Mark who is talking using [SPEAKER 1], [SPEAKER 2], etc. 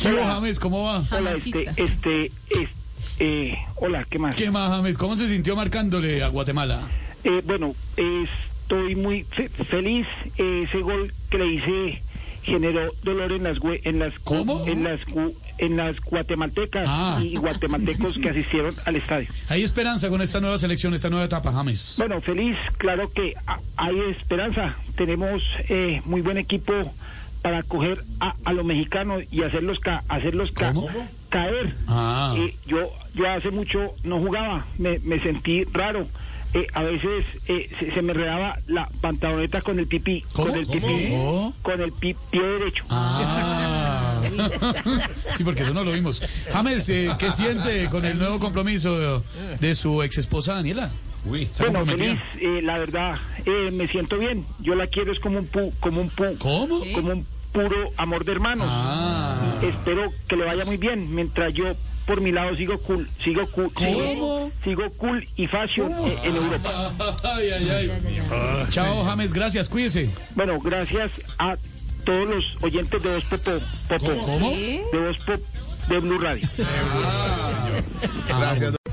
[SPEAKER 1] ¿Qué hubo, James? ¿Cómo va?
[SPEAKER 2] Hola, este,
[SPEAKER 3] Jamasista.
[SPEAKER 2] este, es- eh, hola, ¿qué más?
[SPEAKER 1] ¿Qué más, James? ¿Cómo se sintió marcándole a Guatemala?
[SPEAKER 2] Eh, bueno, eh, estoy muy fe- feliz. Eh, ese gol que le hice generó dolor en las güe- en las
[SPEAKER 1] ¿Cómo?
[SPEAKER 2] en las gu- en las guatemaltecas
[SPEAKER 1] Ah.
[SPEAKER 2] y guatemaltecos que asistieron al estadio.
[SPEAKER 1] Hay esperanza con esta nueva selección, esta nueva etapa, James.
[SPEAKER 2] Bueno, feliz, claro que a- hay esperanza. Tenemos eh, muy buen equipo para acoger a, a los mexicanos y hacerlos ca- hacerlos ca-
[SPEAKER 1] ¿Cómo?
[SPEAKER 2] caer.
[SPEAKER 1] Ah.
[SPEAKER 2] Eh, yo yo hace mucho no jugaba, me, me sentí raro. Eh, a veces eh, se, se me redaba la pantaloneta con el pipí,
[SPEAKER 1] ¿Cómo?
[SPEAKER 2] con el
[SPEAKER 1] ¿Cómo?
[SPEAKER 2] pipí,
[SPEAKER 1] ¿Cómo?
[SPEAKER 2] con el pi- pie derecho.
[SPEAKER 1] Ah. sí, porque eso no lo vimos. James, eh, ¿qué siente con el nuevo compromiso de, de su ex esposa Daniela?
[SPEAKER 4] Uy.
[SPEAKER 1] ¿Está
[SPEAKER 2] Bueno,
[SPEAKER 1] comprometida?
[SPEAKER 2] feliz, eh, la verdad, eh, me siento bien. Yo la quiero es como un pu, como un pu,
[SPEAKER 1] ¿Cómo?
[SPEAKER 2] como un puro amor de hermanos.
[SPEAKER 1] Ah.
[SPEAKER 2] Espero que le vaya muy bien, mientras yo por mi lado sigo cool, sigo cool,
[SPEAKER 1] ¿Cómo?
[SPEAKER 2] sigo, sigo cool y fashion eh, en Europa.
[SPEAKER 1] Ay, ay, ay. Chao, James, gracias, cuídese.
[SPEAKER 2] Bueno, gracias a todos los oyentes de Voz Popó, Popó,
[SPEAKER 1] ¿Cómo?
[SPEAKER 3] ¿Qué?
[SPEAKER 2] de Voz Pop, de Blue Radio.
[SPEAKER 4] Gracias.